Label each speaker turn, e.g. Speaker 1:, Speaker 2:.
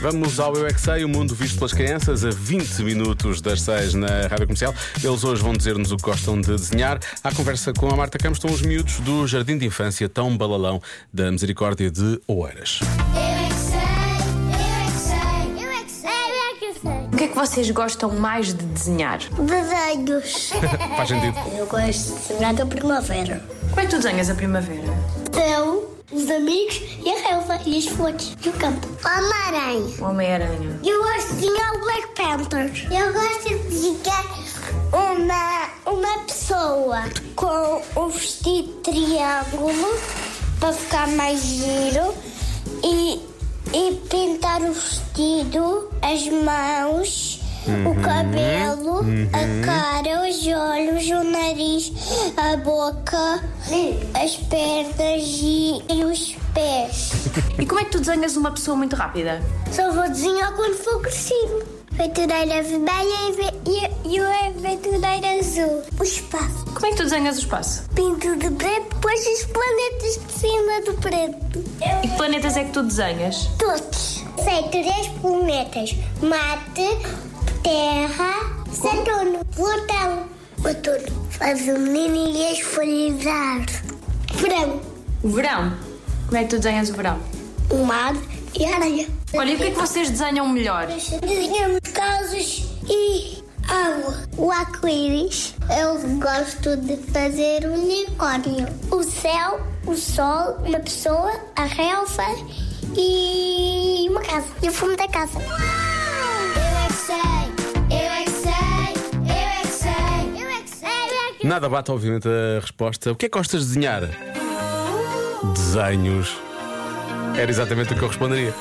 Speaker 1: Vamos ao Eu é que Sei, o mundo visto pelas crianças, a 20 minutos das 6 na rádio comercial. Eles hoje vão dizer-nos o que gostam de desenhar. À conversa com a Marta Campos estão os miúdos do Jardim de Infância Tão Balalão da Misericórdia de Oeiras.
Speaker 2: Eu é que sei, eu é que sei, eu é que sei.
Speaker 3: O que é que vocês gostam mais de desenhar?
Speaker 2: Desenhos.
Speaker 1: Faz sentido?
Speaker 4: Eu gosto de semear a primavera.
Speaker 3: Como é que tu desenhas a primavera?
Speaker 2: Eu,
Speaker 4: Os amigos e a relva e as flores e o campo.
Speaker 2: Homem-Aranha.
Speaker 3: O Homem-Aranha.
Speaker 2: Eu gosto de desenhar o Black Panther. Eu gosto de desenhar uma, uma pessoa com um vestido de triângulo para ficar mais giro e, e pintar o vestido, as mãos. O cabelo, a cara, os olhos, o nariz, a boca, as pernas e- e os pés.
Speaker 3: E como é que tu desenhas uma pessoa muito rápida?
Speaker 2: Só vou desenhar quando for crescido. Aventureira vermelha e, ve- e, e o aventureiro azul. O espaço.
Speaker 3: Como é que tu desenhas o espaço?
Speaker 2: Pinto de preto, depois os planetas por cima do preto.
Speaker 3: E que planetas é que tu desenhas?
Speaker 2: Todos. Sei três planetas. Marte, Terra, Saturno, Plutão. Outono. Faz o menino e as folhas da árvore. Verão.
Speaker 3: O verão. Como é que tu desenhas o verão?
Speaker 2: O mar e a areia.
Speaker 3: Olha, e o que é que vocês desenham melhor?
Speaker 2: Desenhamos casas e água. O arco-íris. Eu gosto de fazer um unicórnio. O céu, o sol, uma pessoa, a relva e uma casa. E o fumo da casa. Eu é que sei, eu é que sei, eu é que sei, eu é que sei, eu é que
Speaker 1: Nada bate, obviamente, a resposta. O que é que gostas de desenhar? Desenhos. Era exatamente o que eu responderia.